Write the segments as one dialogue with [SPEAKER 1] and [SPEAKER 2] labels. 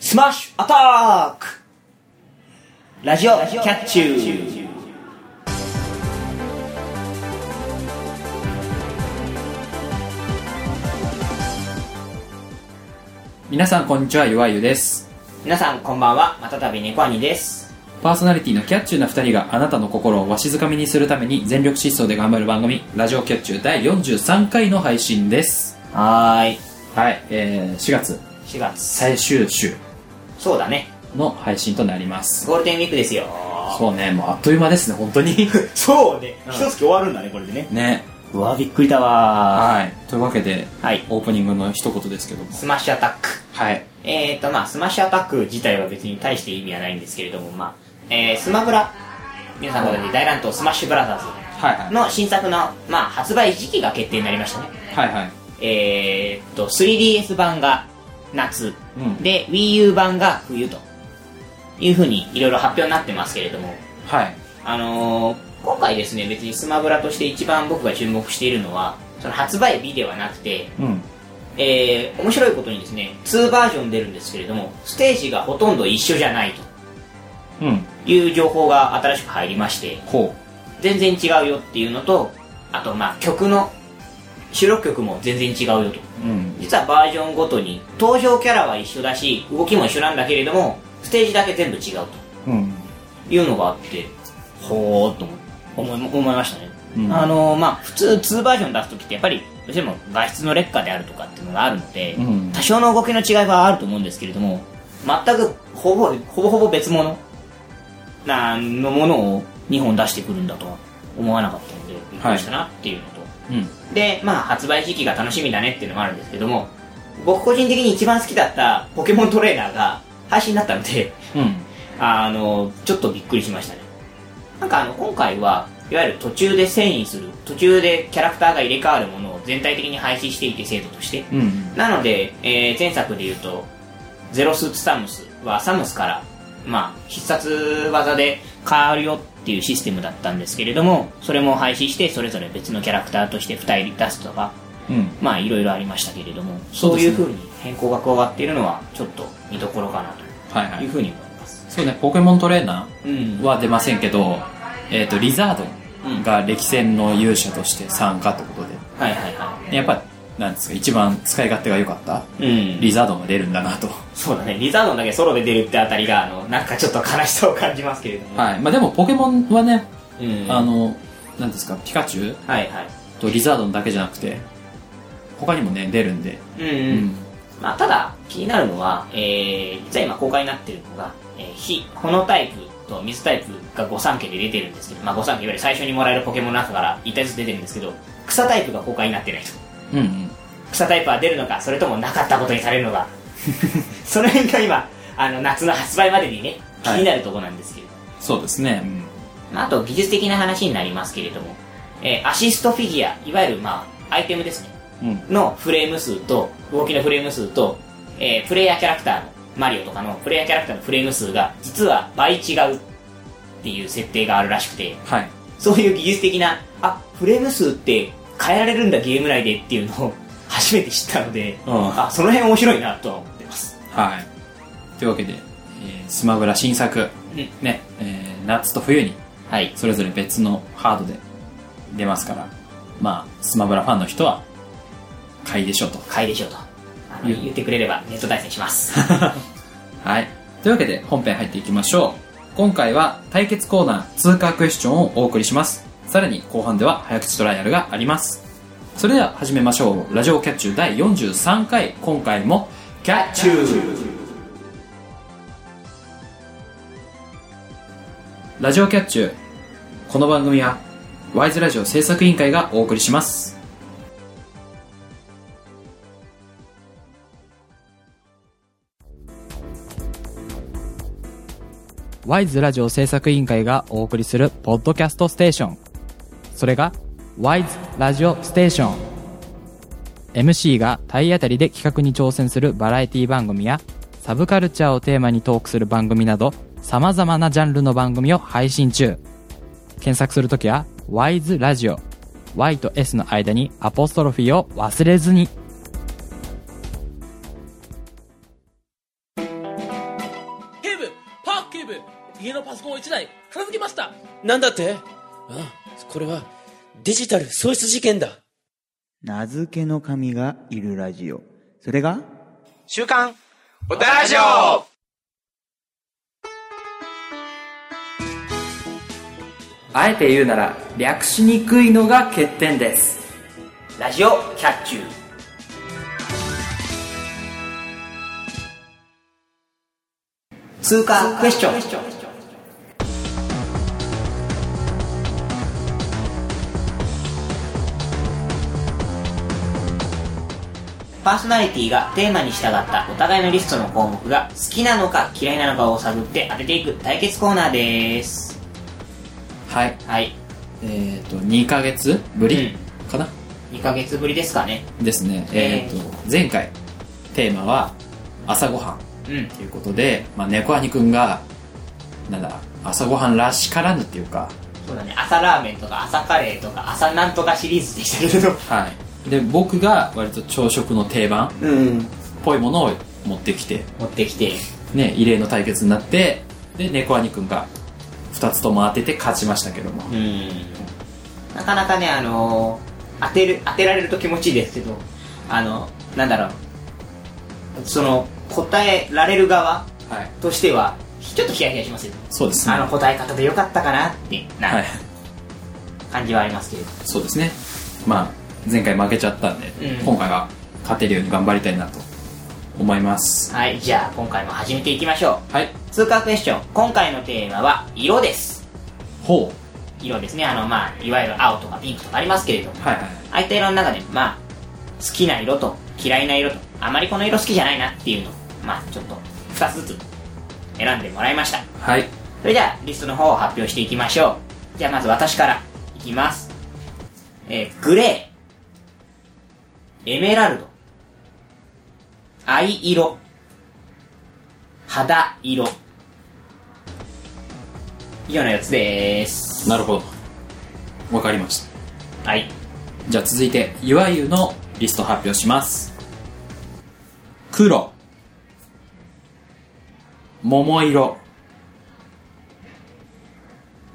[SPEAKER 1] スマッシュアタックラジオキャッチュー
[SPEAKER 2] 皆さんこんにちはゆわゆです
[SPEAKER 1] 皆さんこんばんはまたたびネコアニです
[SPEAKER 2] パーソナリティのキャッチューな2人があなたの心をわしづかみにするために全力疾走で頑張る番組「ラジオキャッチュー」第43回の配信です
[SPEAKER 1] はーい
[SPEAKER 2] はい、えー、4月
[SPEAKER 1] 4月
[SPEAKER 2] 最終週
[SPEAKER 1] そうだね
[SPEAKER 2] の配信となります
[SPEAKER 1] ゴールデンウィークですよ
[SPEAKER 2] そうねもうあっという間ですね本当に
[SPEAKER 1] そうね
[SPEAKER 2] ん
[SPEAKER 1] 月終わるんだねこれでね
[SPEAKER 2] ね
[SPEAKER 1] うわびっくりだわ
[SPEAKER 2] はいというわけで
[SPEAKER 1] はい
[SPEAKER 2] オープニングの一言ですけども
[SPEAKER 1] スマッシュアタック
[SPEAKER 2] はい
[SPEAKER 1] えーとまあスマッシュアタック自体は別に大して意味はないんですけれどもまあ、えー、スマブラ皆さんご存知大乱闘スマッシュブラザー
[SPEAKER 2] はいは
[SPEAKER 1] ズ
[SPEAKER 2] い
[SPEAKER 1] の新作の、まあ、発売時期が決定になりましたね
[SPEAKER 2] はいはい
[SPEAKER 1] えーっと 3DS 版が夏、
[SPEAKER 2] うん
[SPEAKER 1] で WiiU 版が冬というふうにいろいろ発表になってますけれども
[SPEAKER 2] はい
[SPEAKER 1] あのー今回ですね別にスマブラとして一番僕が注目しているのはその発売日ではなくて、
[SPEAKER 2] うん
[SPEAKER 1] えー面白いことにですね2バージョン出るんですけれどもステージがほとんど一緒じゃない
[SPEAKER 2] うん
[SPEAKER 1] という情報が新しく入りまして
[SPEAKER 2] こ
[SPEAKER 1] 全然違うよっていうのとあとまあ曲の収録曲も全然違うよと
[SPEAKER 2] ううん
[SPEAKER 1] 実はバージョンごとに登場キャラは一緒だし動きも一緒なんだけれどもステージだけ全部違うと
[SPEAKER 2] うん
[SPEAKER 1] いうのがあってほーっと思い思い思いましたね、
[SPEAKER 2] うん
[SPEAKER 1] あのーまあ普通2バージョン出す時ってやっぱりどうしても画質の劣化であるとかっていうのがあるので、
[SPEAKER 2] うん
[SPEAKER 1] 多少の動きの違いはあると思うんですけれども全くほぼほぼほぼ別物なのものを2本出してくるんだとは思わなかったのでびっくりしたなっていうのと、
[SPEAKER 2] うん
[SPEAKER 1] で、まあ、発売時期が楽しみだねっていうのもあるんですけども、僕個人的に一番好きだったポケモントレーナーが配信になったので、
[SPEAKER 2] うん
[SPEAKER 1] あの、ちょっとびっくりしましたね。なんかあの、今回は、いわゆる途中で遷移する、途中でキャラクターが入れ替わるものを全体的に廃止していて、制度として。
[SPEAKER 2] うん
[SPEAKER 1] なので、えー前作で言うと、ゼロスーツサムスはサムスから、まあ、必殺技で変わるよっていうシステムだったんですけれども、それも廃止して、それぞれ別のキャラクターとして2人出すとか、
[SPEAKER 2] うん
[SPEAKER 1] まあ、いろいろありましたけれども、
[SPEAKER 2] そ
[SPEAKER 1] そうう
[SPEAKER 2] です
[SPEAKER 1] い
[SPEAKER 2] ね
[SPEAKER 1] う風に変更が加わっているのは、ちょっと見どころかな
[SPEAKER 2] はいは
[SPEAKER 1] とい
[SPEAKER 2] いう
[SPEAKER 1] 風に思います。
[SPEAKER 2] そうね、ポケモントレーナ
[SPEAKER 1] うん
[SPEAKER 2] ー。は出ませんけど、えっ、と、リザードが歴戦の勇者として参加ってこと
[SPEAKER 1] はいはいは
[SPEAKER 2] で、やっぱ、なんですか、一番使い勝手が良かった
[SPEAKER 1] い。うん。
[SPEAKER 2] リザードンが出るんだなと。
[SPEAKER 1] そうだね、リザードンだけソロで出るってあたりが、あの、なんかちょっと悲しさを感じますけれども。
[SPEAKER 2] はい。まあでも、ポケモンはね、
[SPEAKER 1] い。うん。
[SPEAKER 2] あ、の、なんですか、ピカチュウ
[SPEAKER 1] はいはい。
[SPEAKER 2] とリザードンだけじゃなくて、他にもね、出るんで。
[SPEAKER 1] うん
[SPEAKER 2] う
[SPEAKER 1] うん。。まあ、ただ、気になるのは、えー、実は今公開になっているのが、えー、火、炎タイプと水タイプが御三家で出てるんですけど、まあ、御三家、いわゆる最初にもらえるポケモンの中から一体ずつ出てるんですけど、草タイプが公開になってないと。
[SPEAKER 2] うんうん。
[SPEAKER 1] 草タイプは出るのか、それともなかったことにされるのか。 その辺が今、あの、夏の発売までにね、気
[SPEAKER 2] はい
[SPEAKER 1] になるところなんですけれど。
[SPEAKER 2] そうですね。うん
[SPEAKER 1] まあ、あと、技術的な話になりますけれども、えー、アシストフィギュア、いわゆる、まあ、アイテムですね。
[SPEAKER 2] うん。
[SPEAKER 1] のフレーム数と、動きのフレーム数と、えープレイヤーキャラクターの、マリオとかのプレイヤーキャラクターのフレーム数が、実は倍違うっていう設定があるらしくて、
[SPEAKER 2] はい。
[SPEAKER 1] そういう技術的な、あ、フレーム数って変えられるんだゲーム内でっていうのを初めて知ったので、
[SPEAKER 2] うん
[SPEAKER 1] あ、その辺面白いなとは思ってます。
[SPEAKER 2] はい。というわけで、えースマブラ新作、
[SPEAKER 1] うん。
[SPEAKER 2] ね、えー夏と冬に
[SPEAKER 1] はい。
[SPEAKER 2] それぞれ別のハードで出ますから、まあ、スマブラファンの人は、買いでしょうと。
[SPEAKER 1] 買いでしょうと。あの
[SPEAKER 2] うん
[SPEAKER 1] 言ってくれればネット対戦します。
[SPEAKER 2] はい。というわけで、本編入っていきましょう。今回は、対決コーナー、通過クエスチョンをお送りします。さらに、後半では、早口トライアルがあります。それでは、始めましょう。ラジオキャッチュ第43回、今回も、キャッチューラジオキャッチュー。この番組は、ワイズラジオ制作委員会がお送りします。ワイズラジオ制作委員会がお送りするポッドキャストステーション。それが、ワイズラジオステーション。MC が体当たりで企画に挑戦するバラエティ番組や、サブカルチャーをテーマにトークする番組など、様々なジャンルの番組を配信中。検索するときは、ワイズラジオ。Y と S の間にアポストロフィーを忘れずに。
[SPEAKER 3] 警部家のパソコンを1台片付けました
[SPEAKER 4] なんだってあ、これはデジタル喪失事件だ。
[SPEAKER 5] 名付けの神がいるラジオ。それが
[SPEAKER 6] 週刊おたらじょ
[SPEAKER 2] あえて言うなら略しにくいのが欠点です
[SPEAKER 1] ラジオキャッチュー通過クエスチョンパーソナリティがテーマに従ったお互いのリストの項目が好きなのか嫌いなのかを探って当てていく対決コーナーです
[SPEAKER 2] はい
[SPEAKER 1] はい
[SPEAKER 2] えっ、と2ヶ月ぶりかな、
[SPEAKER 1] 2ヶ月ぶりですかね
[SPEAKER 2] ですね
[SPEAKER 1] え
[SPEAKER 2] え
[SPEAKER 1] ー
[SPEAKER 2] っ、と前回テーマは朝ごはん
[SPEAKER 1] うん
[SPEAKER 2] ということで、まあ、猫兄くんがなんだ朝ごはんらしからぬっていうか
[SPEAKER 1] そうだね朝ラーメンとか朝カレーとか朝なんとかシリーズでしたけ れど
[SPEAKER 2] はいで僕が割と朝食の定番っ
[SPEAKER 4] うん。
[SPEAKER 2] ぽいものを持ってきて
[SPEAKER 1] 持ってきて
[SPEAKER 2] ね異例の対決になってで猫兄くんが2つとも当てて勝ちましたけども
[SPEAKER 1] うんなかなかねあのー当てる当てられると気持ちいいですけどあのなんだろうその答えられる側
[SPEAKER 2] はい
[SPEAKER 1] としてはちょっとヒヤヒヤしますよ、
[SPEAKER 2] そうですね
[SPEAKER 1] あの答え方でよかったかなって
[SPEAKER 2] は
[SPEAKER 1] ない感じはありますけれど、
[SPEAKER 2] そうですねまあ前回負けちゃったんで、
[SPEAKER 1] うん
[SPEAKER 2] 今回は勝てるように頑張りたいなと思います
[SPEAKER 1] はい、じゃあ今回も始めていきましょ
[SPEAKER 2] はいう
[SPEAKER 1] 通過クエスチョン今回のテーマは色です
[SPEAKER 2] ほ
[SPEAKER 1] 色ですねあのまあいわゆる青とかピンクとかありますけれども
[SPEAKER 2] うはいはい
[SPEAKER 1] ああいった色の中でまあ好きな色と嫌いな色とあまりこの色好きじゃないなっていうのをまあちょっと2つずつ選んでもらいました
[SPEAKER 2] はい
[SPEAKER 1] それではリストの方を発表していきましょうじゃあまず私からいきますえー、グレーエメラルド藍色肌色以上のやつです
[SPEAKER 2] なるほどわかりました
[SPEAKER 1] はい
[SPEAKER 2] じゃあ続いていわゆるのリスト発表します黒桃色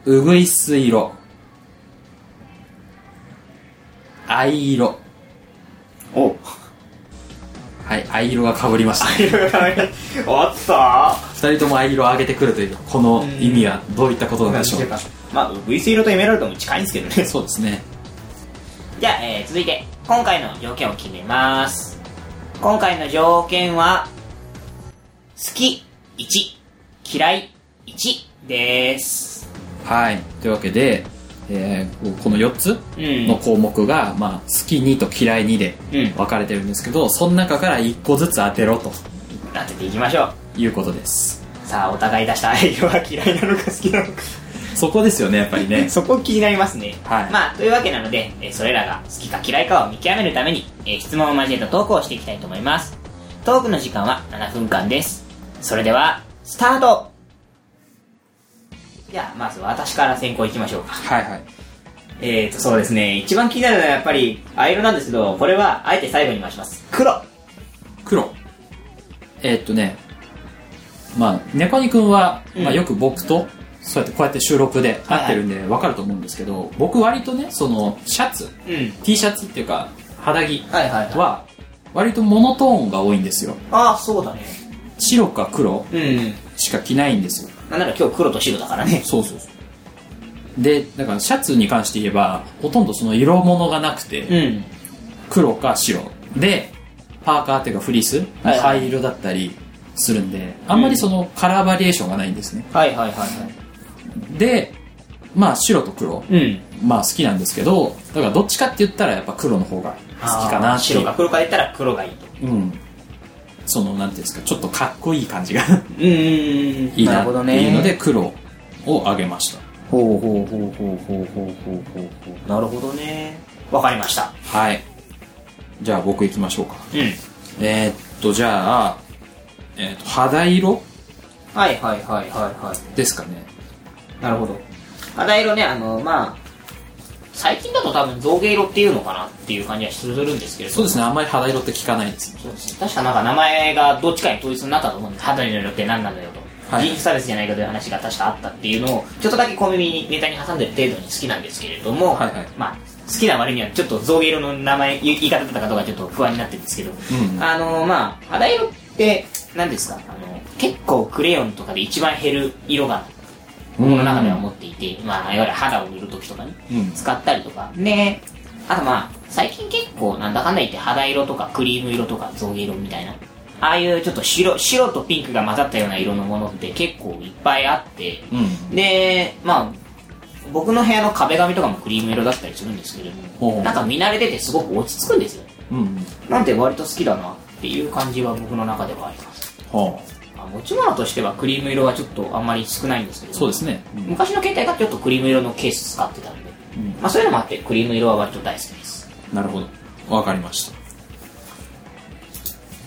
[SPEAKER 2] うぐいす色藍色
[SPEAKER 1] お
[SPEAKER 2] はい藍色がかぶりましたね
[SPEAKER 1] おっとー
[SPEAKER 2] 二人とも藍色を上げてくるというこの意味はどういったことなんでしょうか
[SPEAKER 1] まあ、V 水色とエメラルドも近いんですけどね。
[SPEAKER 2] そうですね
[SPEAKER 1] じゃあ、えー続いて、今回の条件を決めます。今回の条件は、好き1、嫌い1です。
[SPEAKER 2] はいというわけで、えーこの4つ
[SPEAKER 1] うん
[SPEAKER 2] の項目が、まあ、好きにと嫌いにで
[SPEAKER 1] うん
[SPEAKER 2] 分かれてるんですけど、その中から1個ずつ当てろと
[SPEAKER 1] 当てていきましょう。
[SPEAKER 2] いうことです
[SPEAKER 1] さあ、お互い出した愛は嫌いなのか好きなのか。
[SPEAKER 2] そこですよねやっぱり ね
[SPEAKER 1] そこ気になりますね。
[SPEAKER 2] はい
[SPEAKER 1] まあ、というわけなので、えーそれらが好きか嫌いかを見極めるために、えー質問を交えたトークをしていきたいと思います。トークの時間は7分間です。それでは、スタートじゃあ、まず私から先行いきましょうか。
[SPEAKER 2] はいはい
[SPEAKER 1] えーと、そうですね。一番気になるのはやっぱり、藍色なんですけど、これは、あえて最後に回します。黒
[SPEAKER 2] 黒えーっとねまあ猫にくんは、
[SPEAKER 1] うん
[SPEAKER 2] まあ、よく僕とそうやってこうやって収録で会ってるんで分かると思うんですけど、僕割とねそのシャツ
[SPEAKER 1] うん。
[SPEAKER 2] T シャツっていうか肌着
[SPEAKER 1] はいはいはい。
[SPEAKER 2] は割とモノトーンが多いんですよ
[SPEAKER 1] ああ、そうだね。
[SPEAKER 2] 白か黒
[SPEAKER 1] うん。
[SPEAKER 2] しか着ないんですよ
[SPEAKER 1] なんなら今日黒と白だからね。
[SPEAKER 2] そうそうそうでだからシャツに関して言えばほとんどその色物がなくて、
[SPEAKER 1] うん。
[SPEAKER 2] 黒か白でパーカーっていうかフリース
[SPEAKER 1] はいはい
[SPEAKER 2] 灰色だったりするんで、あんまりそのカラーバリエーションがないんですね
[SPEAKER 1] はいはいはいは
[SPEAKER 2] でまあ白と黒、
[SPEAKER 1] い。うん。
[SPEAKER 2] まあ好きなんですけどだからどっちかって言ったらやっぱ黒の方が好きかなっていう
[SPEAKER 1] 白か黒か言ったら黒がいいと。
[SPEAKER 2] うんそのなんていうんですかちょっとかっこいい 感じが
[SPEAKER 1] うんうん
[SPEAKER 2] いい
[SPEAKER 1] な
[SPEAKER 2] な
[SPEAKER 1] る
[SPEAKER 2] っ
[SPEAKER 1] ほ
[SPEAKER 2] て
[SPEAKER 1] ど
[SPEAKER 2] いうの
[SPEAKER 1] ね
[SPEAKER 2] で黒をあげました
[SPEAKER 5] ほうほうほうほうほうほうほうほうほう。
[SPEAKER 1] なるほどねわかりました
[SPEAKER 2] はいじゃあ僕行きましょうか
[SPEAKER 1] うん
[SPEAKER 2] えー、っとじゃあ、えーっと肌色
[SPEAKER 1] はいはいはいはいはい
[SPEAKER 2] ですかね
[SPEAKER 1] なるほど肌色ねあのまあ最近だと多分象牙色っていうのかなっていう感じはするんですけれど
[SPEAKER 2] そうですねあんまり肌色って聞かないですね
[SPEAKER 1] そうですね確かなんか名前がどっちかに統一になったと思うんです肌の色って何なんだよと
[SPEAKER 2] はい
[SPEAKER 1] 人種差別じゃないかという話が確かあったっていうのをちょっとだけ小耳にネタに挟んでる程度に好きなんですけれども、
[SPEAKER 2] はいはい
[SPEAKER 1] まあ好きな割にはちょっと象牙色の名前言い言い方だったかどうかちょっと不安になってるんですけど、
[SPEAKER 2] うん
[SPEAKER 1] あのまあ肌色って何ですかあの結構クレヨンとかで一番減る色が僕の中では持っていて、まあ、いわゆる肌を塗るときとかに
[SPEAKER 2] うん
[SPEAKER 1] 使ったりとか、で、あとまあ、最近結構なんだかんだ言って肌色とかクリーム色とか象牙色みたいな、ああいうちょっと白、白とピンクが混ざったような色のものって結構いっぱいあって、
[SPEAKER 2] うん
[SPEAKER 1] で、まあ、僕の部屋の壁紙とかもクリーム色だったりするんですけれど
[SPEAKER 2] ほ
[SPEAKER 1] も、
[SPEAKER 2] う
[SPEAKER 1] なんか見慣れててすごく落ち着くんですよ。
[SPEAKER 2] うん
[SPEAKER 1] なんで割と好きだなっていう感じは僕の中ではあります。
[SPEAKER 2] は
[SPEAKER 1] まあ持ち物としてはクリーム色はちょっとあんまり少ないんですけ
[SPEAKER 2] あ
[SPEAKER 1] ど、
[SPEAKER 2] そうですね、うん
[SPEAKER 1] 昔の携帯がちょっとクリーム色のケース使ってたんで、
[SPEAKER 2] ん
[SPEAKER 1] まあそういうのもあってクリーム色は割と大好きです
[SPEAKER 2] なるほどわかりました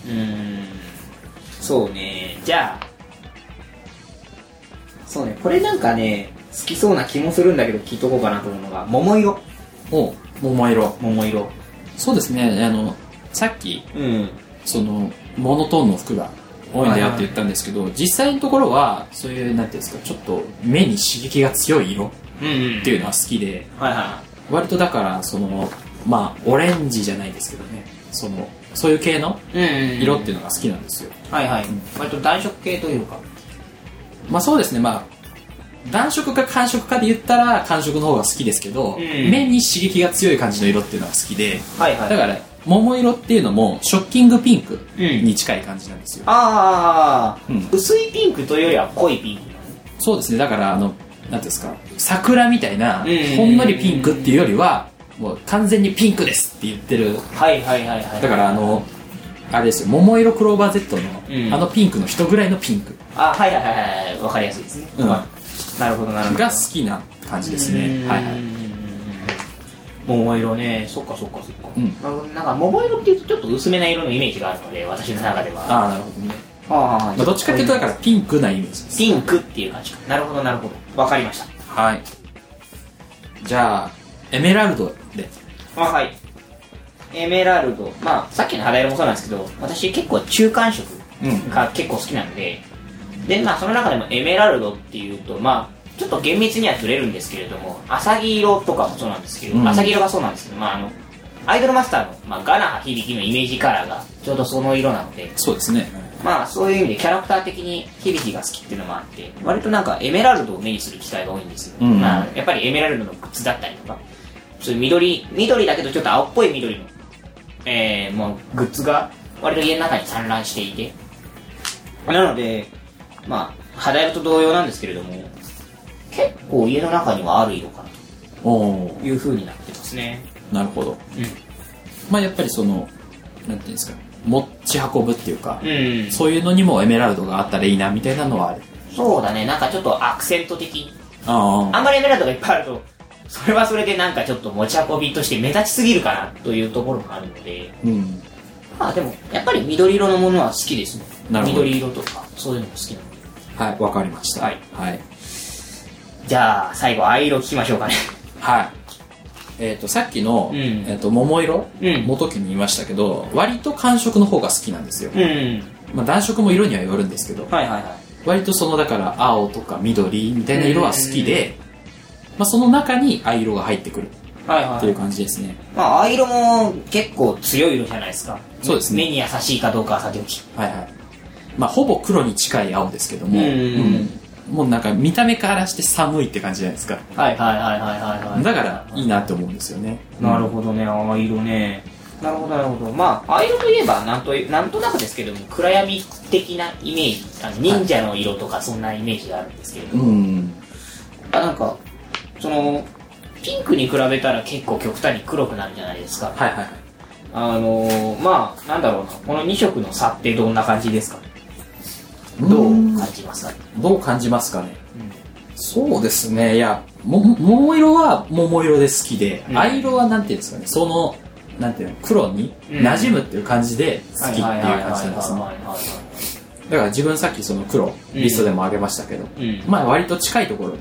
[SPEAKER 1] うーんそうねじゃあそうねこれなんかね好きそうな気もするんだけど聞いとこうかなと思うのが桃色
[SPEAKER 2] お桃色
[SPEAKER 1] 桃色
[SPEAKER 2] そうですねあのさっき
[SPEAKER 1] うん
[SPEAKER 2] そのモノトーンの服が多いんだよって言ったんですけど実際のところはそういうなんていうんですかちょっと目に刺激が強い色っ
[SPEAKER 1] うんうん
[SPEAKER 2] ていうのは好きで
[SPEAKER 1] はいは
[SPEAKER 2] 割とだからそのまあオレンジじゃないですけどねそのそういう系の
[SPEAKER 1] いうん、うん、
[SPEAKER 2] 色っていうのが好きなんですよ、
[SPEAKER 1] はいはい、割と暖色系というか
[SPEAKER 2] まあそうですねまあ暖色か寒色かで言ったら寒色の方が好きですけど、
[SPEAKER 1] ん
[SPEAKER 2] 目に刺激が強い感じの色っていうのが好きで
[SPEAKER 1] はいは
[SPEAKER 2] だから桃色っていうのもショッキングピンクに近い感じなんですよ、
[SPEAKER 1] ああ、
[SPEAKER 2] うん
[SPEAKER 1] 薄いピンクというよりは濃いピンク
[SPEAKER 2] そうですねだからあの何んですか桜みたいな
[SPEAKER 1] うん
[SPEAKER 2] ほんのりピンクっていうよりはもう完全にピンクですって言ってる
[SPEAKER 1] はいはいはいはい
[SPEAKER 2] だからあのあれですよ桃色クローバー Z の、
[SPEAKER 1] うん
[SPEAKER 2] あのピンクの人ぐらいのピンク、
[SPEAKER 1] あはいはいはいはいわかりやすいですね、
[SPEAKER 2] うん
[SPEAKER 1] まあなるほどなるほど
[SPEAKER 2] が好きな感じですねはいはい
[SPEAKER 1] 桃色ねそっかそっかそっか、
[SPEAKER 2] うん
[SPEAKER 1] なるほどなんか桃色っていうとちょっと薄めな色のイメージがあるので私の中では
[SPEAKER 2] ああなるほどね、
[SPEAKER 1] あ
[SPEAKER 2] まあ、どっちかっていうとだからピンクなイメージです
[SPEAKER 1] ピンクっていう感じかなるほどなるほどわかりまし
[SPEAKER 2] はいじゃあエメラルドで
[SPEAKER 1] たあはいエメラルドまあさっきの肌色もそうなんですけど私結構中間色
[SPEAKER 2] うん
[SPEAKER 1] が結構好きなので、でまあその中でもエメラルドっていうとまあちょっと厳密にはずれるんですけれども浅木色とかもそうなんですけど、
[SPEAKER 2] うん
[SPEAKER 1] 浅木色がそうなんですけどまああのアイドルマスターの、まあ、ガナハ響きのイメージカラーがちょうどその色なので
[SPEAKER 2] そうですね
[SPEAKER 1] まあそういう意味でキャラクター的に響きが好きっていうのもあって割となんかエメラルドを目にする機会が多いんですよ、
[SPEAKER 2] うん
[SPEAKER 1] まあ、やっぱりエメラルドの靴だったりとかそういう緑緑だけどちょっと青っぽい緑の、えー、もうグッズが割と家の中に散乱していてなのでまあ肌色と同様なんですけれども結構家の中にはある色かな
[SPEAKER 2] おお
[SPEAKER 1] という風になってますね
[SPEAKER 2] なるほど
[SPEAKER 1] う
[SPEAKER 2] まあやっぱりそのなんていうんですか持ち運ぶっていうか、
[SPEAKER 1] ん、うん、
[SPEAKER 2] そういうのにもエメラルドがあったらいいなみたいなのはある
[SPEAKER 1] そうだねなんかちょっとアクセント的に
[SPEAKER 2] あ
[SPEAKER 1] あんまりエメラルドがいっぱいあると、それはそれでなんかちょっと持ち運びとして目立ちすぎるかなというところがあるので、
[SPEAKER 2] うん
[SPEAKER 1] まあでも、やっぱり緑色のものは好きですね。
[SPEAKER 2] なるほど
[SPEAKER 1] 緑色とか、そういうのも好きなので。
[SPEAKER 2] はいわかりました
[SPEAKER 1] はい、
[SPEAKER 2] はい
[SPEAKER 1] じゃあ、最後、藍色聞きましょうかね。
[SPEAKER 2] はいえっ、とさっきの、
[SPEAKER 1] うん
[SPEAKER 2] えっと桃色
[SPEAKER 1] うん
[SPEAKER 2] も時に言いましたけど、割と寒色の方が好きなんですよ、
[SPEAKER 1] う
[SPEAKER 2] まあ、暖色も色にはよるんですけど、
[SPEAKER 1] はいはいは
[SPEAKER 2] 割とそのだから青とか緑みたいな色は好きで、まあ、その中に藍色が入ってくるっ
[SPEAKER 1] い。はいは
[SPEAKER 2] ていう。感じですね、
[SPEAKER 1] まあ、藍色も結構強い色じゃないですか。
[SPEAKER 2] そうですね
[SPEAKER 1] 目に優しいかどうかはさておき。
[SPEAKER 2] はいはいまあほぼ黒に近い青ですけども、
[SPEAKER 1] うんうん
[SPEAKER 2] うんもうなんか見た目からして寒いって感じじゃないですか
[SPEAKER 1] はいはいはいはいは
[SPEAKER 2] だからいいなって思うんですよね
[SPEAKER 1] なるほどね、藍色ね。なるほど、なるほど。まあ、藍色といえば、なんと、なんとなくですけども、暗闇的なイメージ、あの忍者の色とか、そんなイメージがあるんですけれど
[SPEAKER 2] う
[SPEAKER 1] も、
[SPEAKER 2] ん
[SPEAKER 1] あなんか、その、ピンクに比べたら結構極端に黒くなるじゃないですか。
[SPEAKER 2] はいはいはい
[SPEAKER 1] あのーまあ、なんだろうな、この2色の差ってどんな感じですかど
[SPEAKER 2] どう
[SPEAKER 1] う感じますか
[SPEAKER 2] どう感じますかね、そうですねいやも桃色は桃色で好きで、
[SPEAKER 1] うん
[SPEAKER 2] 藍色はなんていうんですかねそのなんていうの黒に
[SPEAKER 1] うん
[SPEAKER 2] 馴染むっていう感じで好きっていう
[SPEAKER 1] はいはいはい
[SPEAKER 2] 感じなんです
[SPEAKER 1] は
[SPEAKER 2] ね
[SPEAKER 1] いはいはい
[SPEAKER 2] だから自分さっきその黒リストでも挙げましたけど、
[SPEAKER 1] うん
[SPEAKER 2] まあ割と近いところで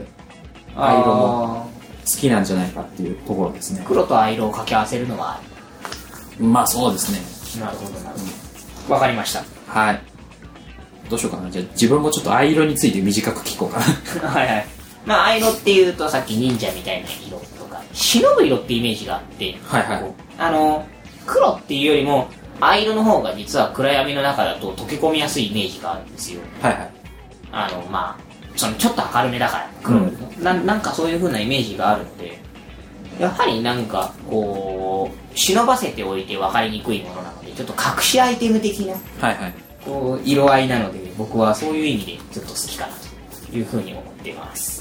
[SPEAKER 1] あー
[SPEAKER 2] 藍色も好きなんじゃないかっていうところですね
[SPEAKER 1] 黒と藍色を掛け合わせるのはあ
[SPEAKER 2] まあそうですね
[SPEAKER 1] りなるほど、なるほど。わかりました。
[SPEAKER 2] はいどうしようかな。じゃあ自分もちょっと藍色について短く聞こうか な。
[SPEAKER 1] はいはい。まあ、藍色っていうと、さっき忍者みたいな色とか、忍ぶ色ってイメージがあって、
[SPEAKER 2] はいはい。
[SPEAKER 1] あの、黒っていうよりも、藍色の方が実は暗闇の中だと溶け込みやすいイメージがあるんですよ。
[SPEAKER 2] はいはい。
[SPEAKER 1] あの、まあ、そのちょっと明るめだから、黒よりも、ななんかそういう風なイメージがあるので、やはりなんか、こう、忍ばせておいて分かりにくいものなので、ちょっと隠しアイテム的な、
[SPEAKER 2] はいはい。
[SPEAKER 1] こう、色合いなので、僕はそういう意味でちょっと好きかなという風に思っています。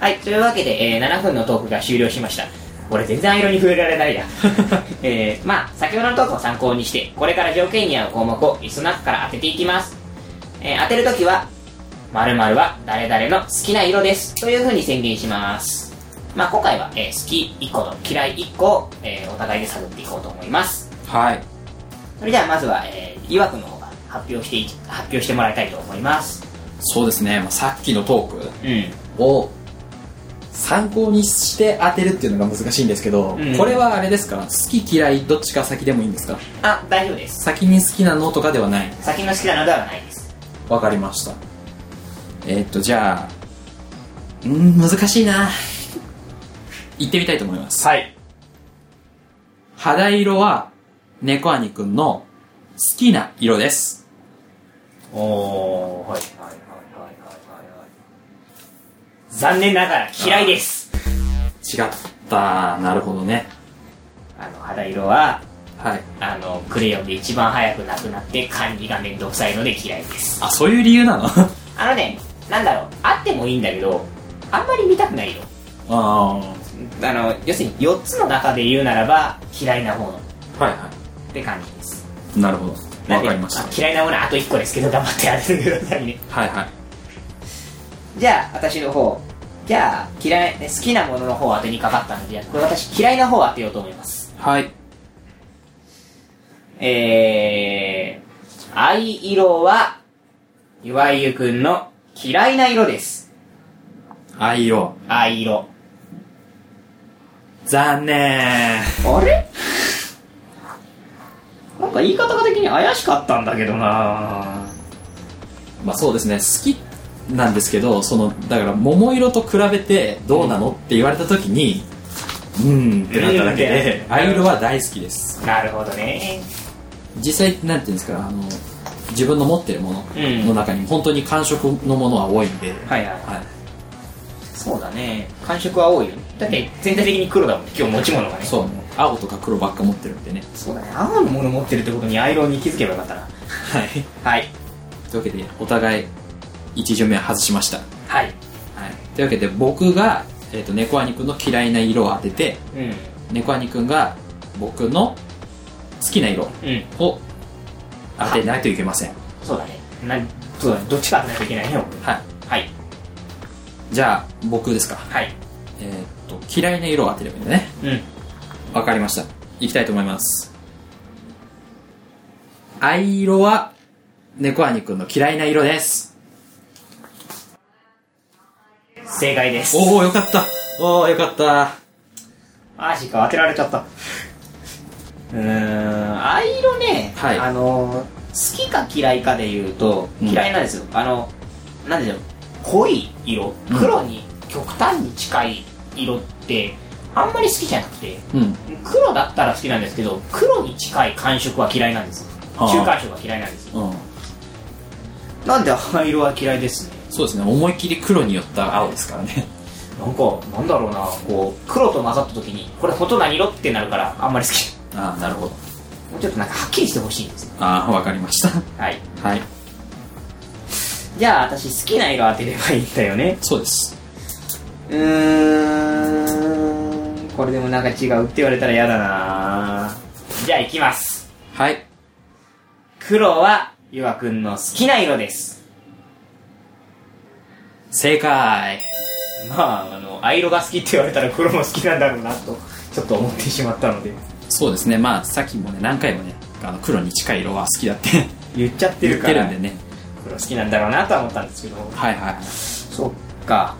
[SPEAKER 1] はい、というわけで、えー7分のトークが終了しました。俺全然アイロンに触れられないや。 えー、まあ、先ほどのトークを参考にして、これから条件に合う項目を椅子の中から当てていきます。えー当てるときは、〇〇は誰々の好きな色です。という風に宣言します。まあ、今回は、えー好き1個と嫌い1個を、えーお互いで探っていこうと思います。
[SPEAKER 2] はい。
[SPEAKER 1] それではまずは、えー、いわくの方が発表してい、発表してもらいたいと思います。
[SPEAKER 2] そうですね。まあ、さっきのトー
[SPEAKER 1] うん。
[SPEAKER 2] クを参考にして当てるっていうのが難しいんですけど、
[SPEAKER 1] うん
[SPEAKER 2] これはあれですから、好き嫌いどっちか先でもいいんですか
[SPEAKER 1] あ、大丈夫です。
[SPEAKER 2] 先に好きなのとかではない。
[SPEAKER 1] 先の好きなのではないです。
[SPEAKER 2] わかりました。えーっと、じゃあ、うーん、難しいな。行ってみたいと思います。
[SPEAKER 1] はい。
[SPEAKER 2] 肌色は、猫兄くんの好きな色です。
[SPEAKER 1] おー、はいはいはいはいはいはい。残念ながら嫌いです。
[SPEAKER 2] 違った。なるほどね。
[SPEAKER 1] あの、肌色は、
[SPEAKER 2] はい。
[SPEAKER 1] あの、クレヨンで一番早くなくなって管理がめんどくさいので嫌いです。
[SPEAKER 2] あ、そういう理由なの あ
[SPEAKER 1] あのね、なんだろう、あってもいいんだけど、あんまり見たくない色。
[SPEAKER 2] あ
[SPEAKER 1] あの要するに4つの中で言うならば嫌いなものっ
[SPEAKER 2] ー。はいは
[SPEAKER 1] て感じです
[SPEAKER 2] い。なるほど。
[SPEAKER 1] な
[SPEAKER 2] わ
[SPEAKER 1] んで
[SPEAKER 2] かりました。
[SPEAKER 1] あ嫌いなものはあと1個ですけど頑張って当ててくださいね
[SPEAKER 2] はいはい。
[SPEAKER 1] じゃあ私の方じゃあ嫌い好きなものの方を当てにかかったのでこれ私嫌いな方を当てようと思います
[SPEAKER 2] はい。
[SPEAKER 1] えー、藍色は岩井ゆくんの嫌いな色です
[SPEAKER 2] 藍色。
[SPEAKER 1] 藍色
[SPEAKER 2] 残念。
[SPEAKER 1] あれなんか言い方が的に怪しかったんだけどな
[SPEAKER 2] まあそうですね、好きなんですけど、その、だから桃色と比べてどうなのって言われた時に、うんってなっただけで
[SPEAKER 1] う、ん
[SPEAKER 2] 藍色は大好きです。
[SPEAKER 1] なるほどね
[SPEAKER 2] 実際、なんていうんですか、あの、自分の持ってるもの
[SPEAKER 1] うん
[SPEAKER 2] の中に本当に感触のものは多いんで、
[SPEAKER 1] はいはい
[SPEAKER 2] はい。
[SPEAKER 1] そうだね感触は多いよだって全体的に黒だもん今日持ち物がね
[SPEAKER 2] そう、青とか黒ばっか持ってるんでね。
[SPEAKER 1] そうだね青のもの持ってるってことにアイロンに気づけばよかったな
[SPEAKER 2] はい。
[SPEAKER 1] はい
[SPEAKER 2] というわけで、お互い、一巡目は外しました。は
[SPEAKER 1] はい
[SPEAKER 2] い。というわけで、僕が、えっ、と、猫兄くんの嫌いな色を当てて、
[SPEAKER 1] うん
[SPEAKER 2] 猫兄くんが僕の好きな色
[SPEAKER 1] うん
[SPEAKER 2] を当てないといけません。
[SPEAKER 1] そうだねなそうだねどっちか当てないといけないね
[SPEAKER 2] はい。
[SPEAKER 1] はい
[SPEAKER 2] じゃあ、僕ですか。
[SPEAKER 1] はい
[SPEAKER 2] えーっと、嫌いな色を当てればいいんだね。
[SPEAKER 1] うん
[SPEAKER 2] わかりました。いきたいと思います。藍色は、猫兄くんの嫌いな色です。
[SPEAKER 1] 正解です
[SPEAKER 2] おー、よかった。おー、よかった。
[SPEAKER 1] マジか当てられちゃったうーん藍色ね、
[SPEAKER 2] はい
[SPEAKER 1] あの好きか嫌いかで言うと
[SPEAKER 2] うん
[SPEAKER 1] 嫌いなんですよ、あのなんでしょう濃い色
[SPEAKER 2] うん
[SPEAKER 1] 黒に極端に近い色ってあんまり好きじゃなくて
[SPEAKER 2] うん。
[SPEAKER 1] 黒だったら好きなんですけど黒に近い感触は嫌いなんです
[SPEAKER 2] あー
[SPEAKER 1] 中間色が嫌いなんです
[SPEAKER 2] うん。
[SPEAKER 1] なんで灰色は嫌いですね
[SPEAKER 2] そうですね、思いっきり黒によった青ですからね。
[SPEAKER 1] なんかなんだろうなこう黒と混ざった時にこれほとんど何色ってなるからあんまり好き
[SPEAKER 2] あー、なるほど。
[SPEAKER 1] もうちょっとなんかはっきりしてほしいんですよ
[SPEAKER 2] あー、わかりました。
[SPEAKER 1] はい
[SPEAKER 2] はい。
[SPEAKER 1] じゃあ私好きな色当てればいいんだよね
[SPEAKER 2] そうです。
[SPEAKER 1] うーんこれでもなんか違うって言われたら嫌だなじゃあ行きます
[SPEAKER 2] はい。
[SPEAKER 1] 黒はゆわくんの好きな色です
[SPEAKER 2] 正解。
[SPEAKER 1] まああの藍色が好きって言われたら黒も好きなんだろうなとちょっと思ってしまったので
[SPEAKER 2] そうですね、まあ、さっきもね、何回もね、あの黒に近い色は好きだって
[SPEAKER 1] 言っちゃって
[SPEAKER 2] 言
[SPEAKER 1] る
[SPEAKER 2] っ
[SPEAKER 1] か
[SPEAKER 2] てる
[SPEAKER 1] ら
[SPEAKER 2] んでね。
[SPEAKER 1] 黒好きなんだろうなとは思ったんですけど
[SPEAKER 2] はいはい。
[SPEAKER 1] そっか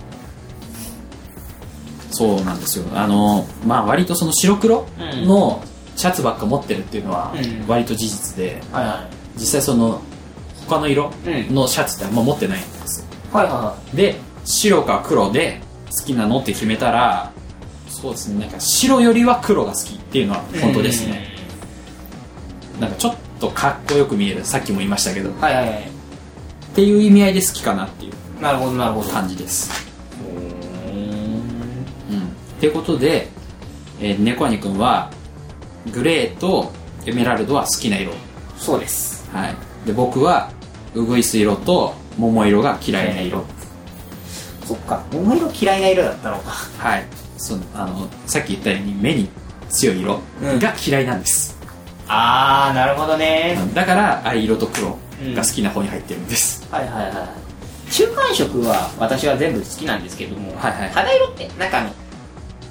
[SPEAKER 2] そうなんですよ。あの、まあ、割とその白黒のシャツばっか持ってるっていうのは
[SPEAKER 1] うん
[SPEAKER 2] 割と事実で、
[SPEAKER 1] はいは
[SPEAKER 2] 実際その他の色
[SPEAKER 1] うん
[SPEAKER 2] のシャツってあんま持ってないんですよ
[SPEAKER 1] いはいは
[SPEAKER 2] で白か黒で好きなのって決めたらそうですねなんか白よりは黒が好きっていうのはい本当ですね、なんかちょっとかっこよく見えるさっきも言いましたけどっ
[SPEAKER 1] うんはいはいはい
[SPEAKER 2] ていう意味合いで好きかなっていう
[SPEAKER 1] なるほどなるほど
[SPEAKER 2] 感じですうんっていうことで、えー、猫兄くんはグレーとエメラルドは好きな色
[SPEAKER 1] そうです
[SPEAKER 2] はいで僕はウグイス色と桃色が嫌いな色
[SPEAKER 1] そっか桃色嫌いな色だったのか
[SPEAKER 2] はいそのあのさっき言ったように目に強い色
[SPEAKER 1] うん
[SPEAKER 2] が嫌いなんです、
[SPEAKER 1] ああなるほどね
[SPEAKER 2] だから藍色と黒が好きな方に入ってるんです、
[SPEAKER 1] はいはいはい中間色は私は全部好きなんですけども、
[SPEAKER 2] はいはい
[SPEAKER 1] 肌色ってなんかあの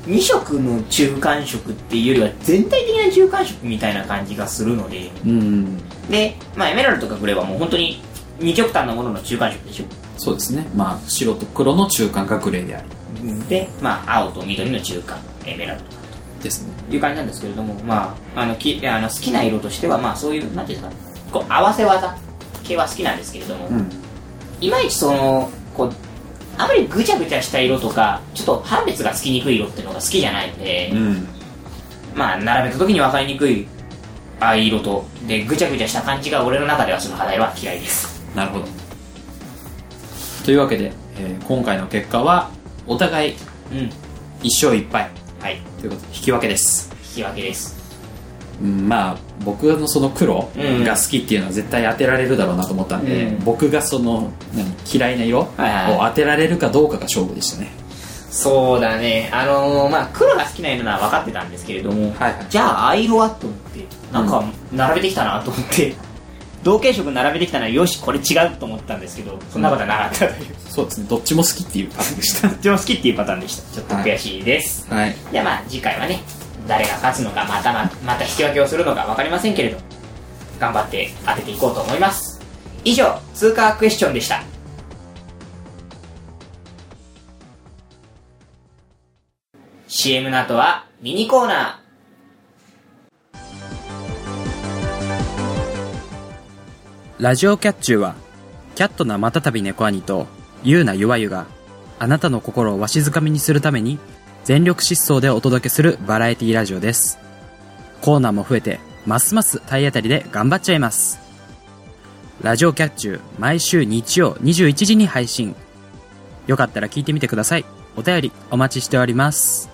[SPEAKER 1] 2色の中間色っていうよりは全体的な中間色みたいな感じがするので
[SPEAKER 2] うん
[SPEAKER 1] で、まあ、エメラルドとかグレーはもう本当に二極端なものの中間色でしょ
[SPEAKER 2] そうですねまあ白と黒の中間がグレーである
[SPEAKER 1] で、まあ、青と緑の中間エメラルド
[SPEAKER 2] ですね
[SPEAKER 1] という感じなんですけれども、まあ、あのきあの好きな色としては、まあ、そういうなんていうんですかこう合わせ技系は好きなんですけれども、
[SPEAKER 2] うん
[SPEAKER 1] いまいちそのこうあまりぐちゃぐちゃした色とかちょっと判別がつきにくい色っていうのが好きじゃないので、
[SPEAKER 2] うん
[SPEAKER 1] まあ並べた時に分かりにくい藍色とでぐちゃぐちゃした感じが俺の中ではその肌色は嫌いです
[SPEAKER 2] なるほどというわけで、えー今回の結果はお互い
[SPEAKER 1] うん
[SPEAKER 2] 1勝1敗
[SPEAKER 1] はい引
[SPEAKER 2] ということで引き分けです、
[SPEAKER 1] き分けです
[SPEAKER 2] うん、まあ僕のその黒
[SPEAKER 1] うん
[SPEAKER 2] が好きっていうのは絶対当てられるだろうなと思ったんで、
[SPEAKER 1] うん
[SPEAKER 2] 僕がその何嫌いな色を
[SPEAKER 1] はいはいは
[SPEAKER 2] 当てられるかどうかが勝負でしたね
[SPEAKER 1] そうだねあのーまあ黒が好きな色なら分かってたんですけれども、
[SPEAKER 2] はいはい
[SPEAKER 1] じゃあ藍色はと思ってなんか並べてきたなと思って、同系色並べてきたならよしこれ違うと思ったんですけどそんなことはなか ったという
[SPEAKER 2] そうですねどっちも好きっていう感じでした
[SPEAKER 1] どっちも好きっていうパターンでしたちょっと悔しいです、
[SPEAKER 2] はい
[SPEAKER 1] ではまあ次回はね誰が勝つのかまたままた引き分けをするのか分かりませんけれど頑張って当てていこうと思います以上通貨クエスチョンでしたCM の後はミニコーナ
[SPEAKER 7] ラジオキャッチューは、キャットなまたたび猫兄と、ゆうなゆわゆが、あなたの心をわしづかみにするために、全力疾走でお届けするバラエティラジオです。コーナーも増えて、ますます体当たりで頑張っちゃいます。ラジオキャッチュー、毎週日曜21時に配信。よかったら聞いてみてください。お便りお待ちしております。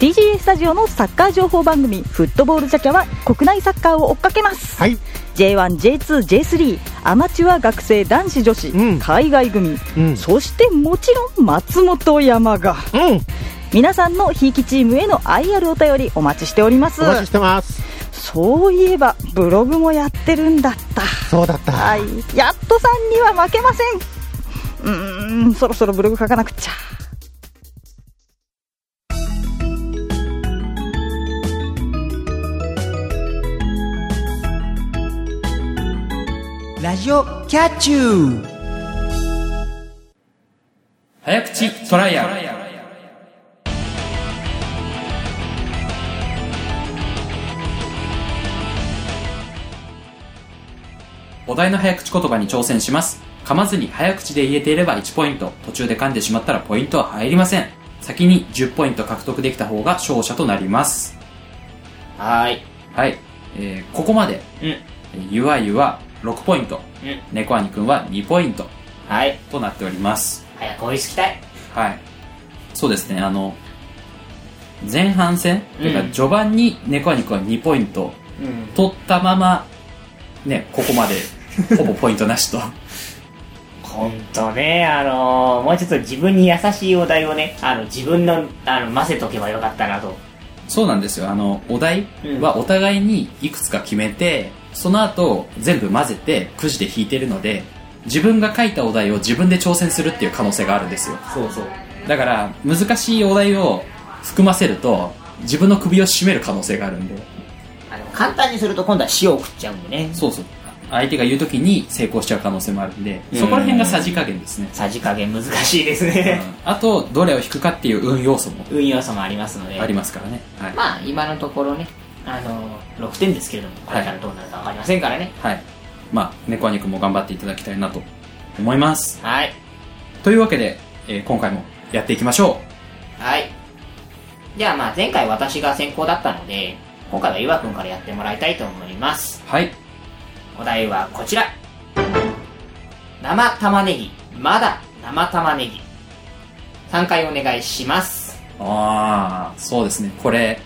[SPEAKER 8] TGA スタジオのサッカー情報番組「フットボールジャキャ」は国内サッカーを追っかけます、
[SPEAKER 9] はい
[SPEAKER 8] J1J2J3 アマチュア学生男子女子、
[SPEAKER 9] うん
[SPEAKER 8] 海外組
[SPEAKER 9] うん
[SPEAKER 8] そしてもちろん松本山が
[SPEAKER 9] うん
[SPEAKER 8] 皆さんのひいきチームへの IR お便りお待ちしております
[SPEAKER 9] お待ちしてます
[SPEAKER 8] そういえばブログもやってるんだった
[SPEAKER 9] そうだった
[SPEAKER 8] はいやっとさんには負けませんうーんそろそろブログ書かなくちゃ
[SPEAKER 5] ラジオキャッチュー
[SPEAKER 2] 早口トライアルお題の早口言葉に挑戦します噛まずに早口で言えていれば1ポイント途中で噛んでしまったらポイントは入りません先に10ポイント獲得できた方が勝者となります
[SPEAKER 1] ーはーい
[SPEAKER 2] はい、えーここまで、
[SPEAKER 1] うん
[SPEAKER 2] ゆわゆわ6ポイント、
[SPEAKER 1] うん
[SPEAKER 2] 猫兄くんは2ポイント
[SPEAKER 1] はい
[SPEAKER 2] となっております
[SPEAKER 1] 早く追いつきたい
[SPEAKER 2] はい。そうですね、あの、前半戦、
[SPEAKER 1] うん
[SPEAKER 2] てか序盤に猫アニコは2ポイント
[SPEAKER 1] うん
[SPEAKER 2] 取ったまま、ね、ここま で、ほぼポイントなしと。
[SPEAKER 1] ほんとねあのーもうちょっと自分に優しいお題をねあの自分のあの混ぜとけばよかったなと
[SPEAKER 2] そうなんですよ、あの、お題はお互いにいくつか決めて、その後、全部混ぜて、くじで引いてるので、自分が書いたお題を自分で挑戦するっていう可能性があるんですよ。
[SPEAKER 1] そうそう
[SPEAKER 2] だから、難しいお題を含ませると、自分の首を絞める可能性があるんで。
[SPEAKER 1] あの簡単にすると今度は塩を食っちゃうんでね
[SPEAKER 2] そうそう。相手が言う時に成功しちゃう可能性もあるんでそこら辺がさじ加減ですね、
[SPEAKER 1] さじ加減難しいですね。
[SPEAKER 2] あとどれを引くかっていう運要素も
[SPEAKER 1] 運要素もありますので。
[SPEAKER 2] ありますからね、はい
[SPEAKER 1] まあ、今のところね、あの、6点ですけれども、これからどうなるかわかりませんからね。
[SPEAKER 2] はい。まあ、猫アニくんも頑張っていただきたいなと思います。
[SPEAKER 1] はい。
[SPEAKER 2] というわけで、えー今回もやっていきましょ
[SPEAKER 1] はい。ではまあ、前回私が先行だったので、今回は岩くんからやってもらいたいと思います。
[SPEAKER 2] う。はい。
[SPEAKER 1] お題はこちら。生玉ねぎ。まだ生玉ねぎ。3回お願いします。
[SPEAKER 2] ああ、そうですね。これ、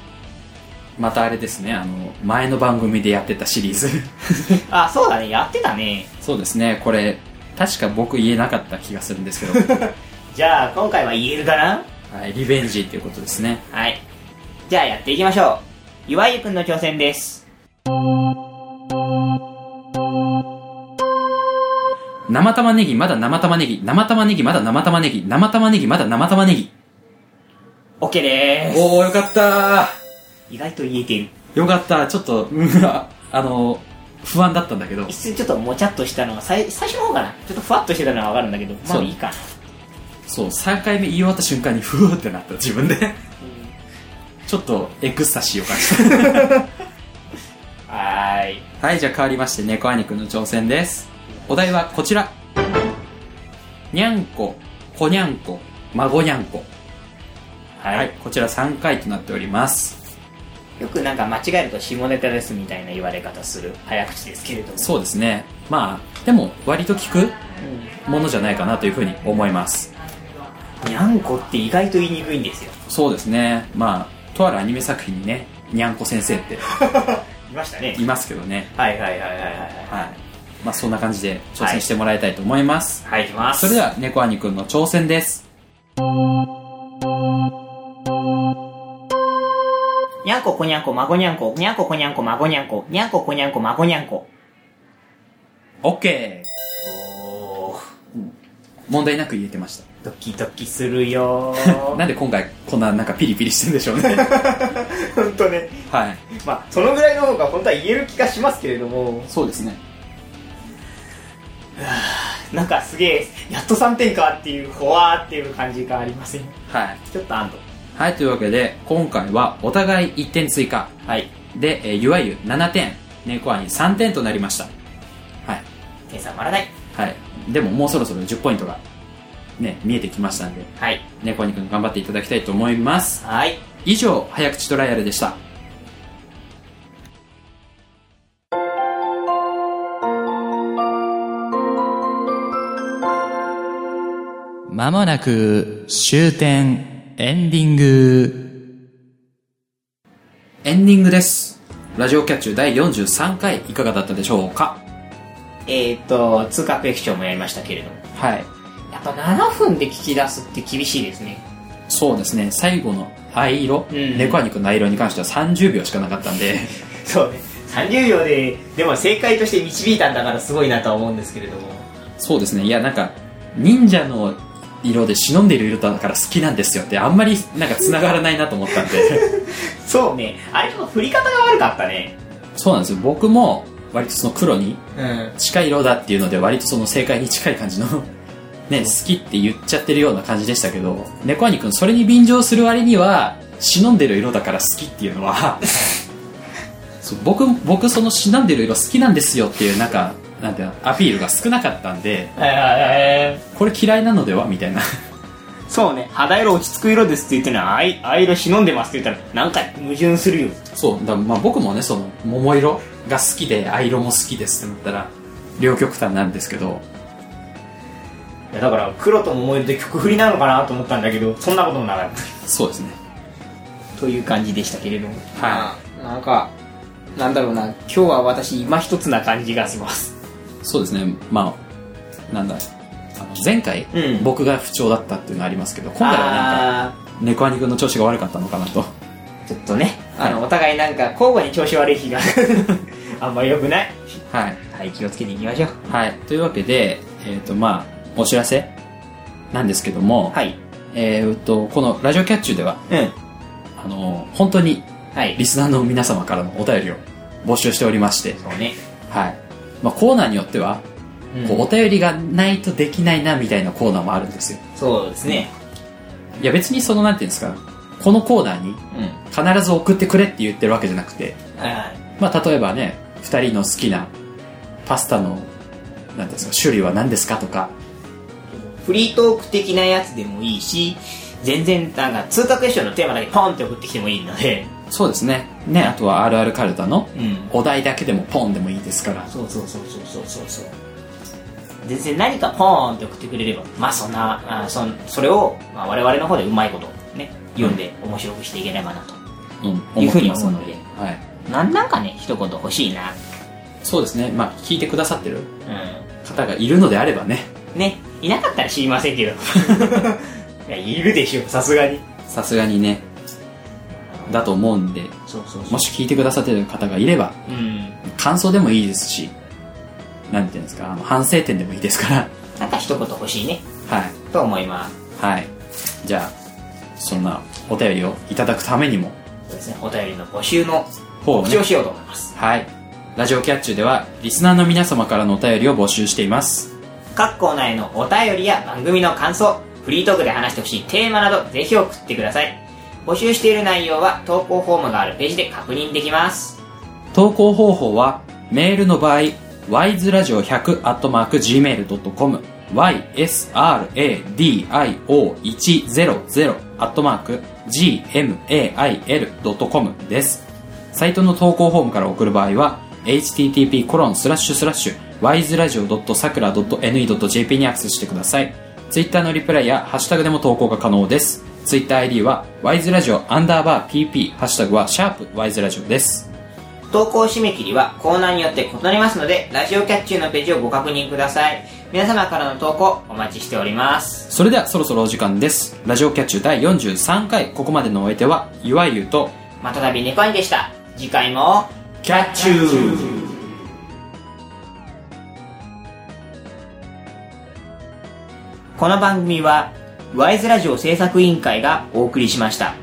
[SPEAKER 2] またあれですね。あの、前の番組でやってたシリーズ。
[SPEAKER 1] あ、そうだね。やってたね。
[SPEAKER 2] そうですね。これ、確か僕言えなかった気がするんですけ ど。
[SPEAKER 1] じゃあ、今回は言えるかな
[SPEAKER 2] はい、リベンジっていうことですね。
[SPEAKER 1] はい。じゃあやっていきましょう。岩井くんの挑戦です。
[SPEAKER 2] 生玉ねぎ、まだ生玉ねぎ、生玉ねぎ、まだ生玉ねぎ、生玉ねぎ、まだ生玉ねぎ。
[SPEAKER 1] OK でーす。
[SPEAKER 2] おー、よかった
[SPEAKER 1] 意外と言えてる。
[SPEAKER 2] ー。よかった。ちょっと、 うんああの、不安だったんだけど。
[SPEAKER 1] 一瞬ちょっともちゃっとしたのが、最最初の方かな。ちょっとふわっとしてたのはわかるんだけど、ま
[SPEAKER 2] そ
[SPEAKER 1] あ
[SPEAKER 2] う
[SPEAKER 1] いいか。
[SPEAKER 2] そう、3回目言い終わった瞬間に、ふーってなった、自分で。ちょっと、エクスタシーを感じ
[SPEAKER 1] はーい。
[SPEAKER 2] た。 はい、じゃあ変わりまして、猫兄くんの挑戦です。お題はこちら。にゃんこ、こにゃんこ、まごにゃんこ。はい、こちら3回となっております。
[SPEAKER 1] よくなんか間違えると下ネタですみたいな言われ方する早口ですけれども。
[SPEAKER 2] そうですね。まあ、でも、割と聞くものじゃないかなというふうに思います。
[SPEAKER 1] にゃんこって意外と言いにくいんですよ。
[SPEAKER 2] そうですね。まあ、とあるアニメ作品にね、にゃんこ先生って
[SPEAKER 1] いましたね
[SPEAKER 2] い。ますけどね。
[SPEAKER 1] はいはいはいはいはい。
[SPEAKER 2] はい。まあ、そんな感じで挑戦してもらいたいと思います。
[SPEAKER 1] はい、いきます。
[SPEAKER 2] それでは、猫兄くんの挑戦です。
[SPEAKER 1] にゃんここにゃんこ、まごにゃんこ、にゃんここにゃんこ、まごにゃんこ、にゃんここにゃんこ、まごにゃんこ。
[SPEAKER 2] OK!
[SPEAKER 1] おー、
[SPEAKER 2] 問題なく言えてまし
[SPEAKER 1] ドキドキするよ
[SPEAKER 2] た。
[SPEAKER 1] ー。
[SPEAKER 2] なんで今回、こんななんかピリピリしてんでしょうね。
[SPEAKER 1] ほんとね。
[SPEAKER 2] はい。
[SPEAKER 1] まあ、そのぐらいの方が本当は言える気がしますけれども。
[SPEAKER 2] そうですね。
[SPEAKER 1] なんかすげえ、やっと3点かっていう、ほわーっていう感じがありません。
[SPEAKER 2] はい。
[SPEAKER 1] ちょっと安堵。
[SPEAKER 2] はい、というわけで、今回はお互い1点追加。
[SPEAKER 1] はい。
[SPEAKER 2] で、えー、ゆわゆ7点、猫兄3点となりました。はい。
[SPEAKER 1] 点差はまらない。
[SPEAKER 2] はい。でももうそろそろ10ポイントが、ね、見えてきましたんで、
[SPEAKER 1] はい。
[SPEAKER 2] 猫兄くん頑張っていただきたいと思います。
[SPEAKER 1] はい。
[SPEAKER 2] 以上、早口トライアルでした。
[SPEAKER 10] まもなく終点エンディング。
[SPEAKER 2] エンディングです。ラジオキャッチュ第43回いかがだったでしょうか
[SPEAKER 1] えーっと、通過ペクションもやりましたけれども。
[SPEAKER 2] はい。
[SPEAKER 1] やっぱ7分で聞き出すって厳しいですね。
[SPEAKER 2] そうですね、最後の藍色、
[SPEAKER 1] うん
[SPEAKER 2] 猫アニくんの藍色に関しては30秒しかなかったんで、
[SPEAKER 1] そうね。30秒で、でも正解として導いたんだからすごいなとは思うんですけれども。
[SPEAKER 2] そうですね、いやなんか、忍者の色で忍んでいる色だから好きなんですよって、あんまりなんか繋がらないなと思ったんで、
[SPEAKER 1] そうね。あれちょっと振り方が悪かったね。
[SPEAKER 2] そうなんですよ、僕も割とその黒に
[SPEAKER 1] うん。
[SPEAKER 2] 近い色だっていうので、割とその正解に近い感じの。ね、好きって言っちゃってるような感じでしたけど、猫アニくんそれに便乗する割には、忍んでる色だから好きっていうのは、そう僕、僕その忍んでる色好きなんですよっていう、なんか、なんていうのアピールが少なかったんで、これ嫌いなのではみたいな。
[SPEAKER 1] そうね。肌色落ち着く色ですって言ってるのは、あいあい色忍んでますって言ったら、なんか矛盾するよ。
[SPEAKER 2] そう、だからまあ僕もね、その、桃色が好きで、藍色も好きですってなったら、両極端なんですけど、
[SPEAKER 1] いやだから黒と桃色で曲振りなのかなと思ったんだけどそんなこともなかっ
[SPEAKER 2] そうですね。
[SPEAKER 1] たという感じでしたけれども
[SPEAKER 2] は
[SPEAKER 1] なんかなんだろうな今日は私今一つな感じがします
[SPEAKER 2] い。そうですね、まあ、なんだ、あの前回、
[SPEAKER 1] うん
[SPEAKER 2] 僕が不調だったっていうのありますけど、今回はなんか、猫アニくんの調子が悪かったのかなと。
[SPEAKER 1] あーちょっとねあのお互いなんか交互に調子悪い日が あんまり良くない
[SPEAKER 2] はい。
[SPEAKER 1] はい気をつけていきましょう
[SPEAKER 2] はい。というわけで、えっ、と、まあ、お知らせなんですけども、
[SPEAKER 1] はい
[SPEAKER 2] えっと、このラジオキャッチュでは、
[SPEAKER 1] うん
[SPEAKER 2] あの、本当に
[SPEAKER 1] はい
[SPEAKER 2] リスナーの皆様からのお便りを募集しておりまして、
[SPEAKER 1] そうね
[SPEAKER 2] はい。まあ、コーナーによっては
[SPEAKER 1] うん
[SPEAKER 2] こうお便りがないとできないなみたいなコーナーもあるんですよ
[SPEAKER 1] そうですね。
[SPEAKER 2] いや別にそのなんていうんですかこのコーナーに
[SPEAKER 1] うん。
[SPEAKER 2] 必ず送ってくれって言ってるわけじゃなくて、
[SPEAKER 1] はいはい。
[SPEAKER 2] まあ、例えばね2人の好きなパスタのなんていうんですか種類は何ですかとか
[SPEAKER 1] フリートーク的なやつでもいいし、全然、なんか、通過クエスチョンのテーマだけポンって送ってきてもいいので、
[SPEAKER 2] そうですねねあとは「あるあるカルタ」の
[SPEAKER 1] うん。
[SPEAKER 2] お題だけでもポンでもいいですから
[SPEAKER 1] そうそうそうそうそうそうそう。全然何かポーンって送ってくれれば、まあそんな、あそんそれを、まあ、我々の方でうまいこと、ね、読んで面白くしていければなと。
[SPEAKER 2] うん
[SPEAKER 1] いうふうに
[SPEAKER 2] 思ってます
[SPEAKER 1] 思う
[SPEAKER 2] の
[SPEAKER 1] の
[SPEAKER 2] で
[SPEAKER 1] で、
[SPEAKER 2] はい、
[SPEAKER 1] なんなんかね、一言欲しいな。
[SPEAKER 2] そうですねまあ聞いてくださってる
[SPEAKER 1] う
[SPEAKER 2] 方がいるのであればね
[SPEAKER 1] ん。ね、いなかったら知りません けど。いや、いるでしょ、さすがに。
[SPEAKER 2] さすがにねだと思うんで
[SPEAKER 1] そうそうそう。
[SPEAKER 2] もし聞いてくださってる方がいれば
[SPEAKER 1] うん。
[SPEAKER 2] 感想でもいいですしなんていうんですかあの反省点でもいいですから
[SPEAKER 1] なんか一言欲しいね、
[SPEAKER 2] はい
[SPEAKER 1] と思います。
[SPEAKER 2] はいじゃあそんなお便りをいただくためにも
[SPEAKER 1] そうですね、お便りの募集の
[SPEAKER 2] 方を
[SPEAKER 1] 告知
[SPEAKER 2] ね
[SPEAKER 1] をしようと思います。
[SPEAKER 2] はいラジオキャッチュではリスナーの皆様からのお便りを募集しています
[SPEAKER 1] 各コーナーへのお便りや番組の感想、フリートークで話してほしいテーマなど、ぜひ送ってください。募集している内容は投稿フォームがあるページで確認できます。
[SPEAKER 2] 投稿方法はメールの場合 wiseradio100-gmail.com ysradio100-gmail.com ですサイトの投稿フォームから送る場合は http コロンスラッシュスラッシュ wiseradio.sakura.ne.jp にアクセスしてくださいツイッターのリプライやハッシュタグでも投稿が可能ですツイッター ID は wiseradio アンダーバー pp ハッシュタグはシャープ wiseradio です
[SPEAKER 1] 投稿締め切りはコーナーによって異なりますので、ラジオキャッチューのページをご確認ください。皆様からの投稿お待ちしております。
[SPEAKER 2] それではそろそろお時間です。ラジオキャッチュ第43回、ここまでのお相手は、いわゆうと、
[SPEAKER 1] またたびネコアニでした。次回も、
[SPEAKER 2] キャッチュー
[SPEAKER 1] この番組は、ワイズラジオ制作委員会がお送りしました。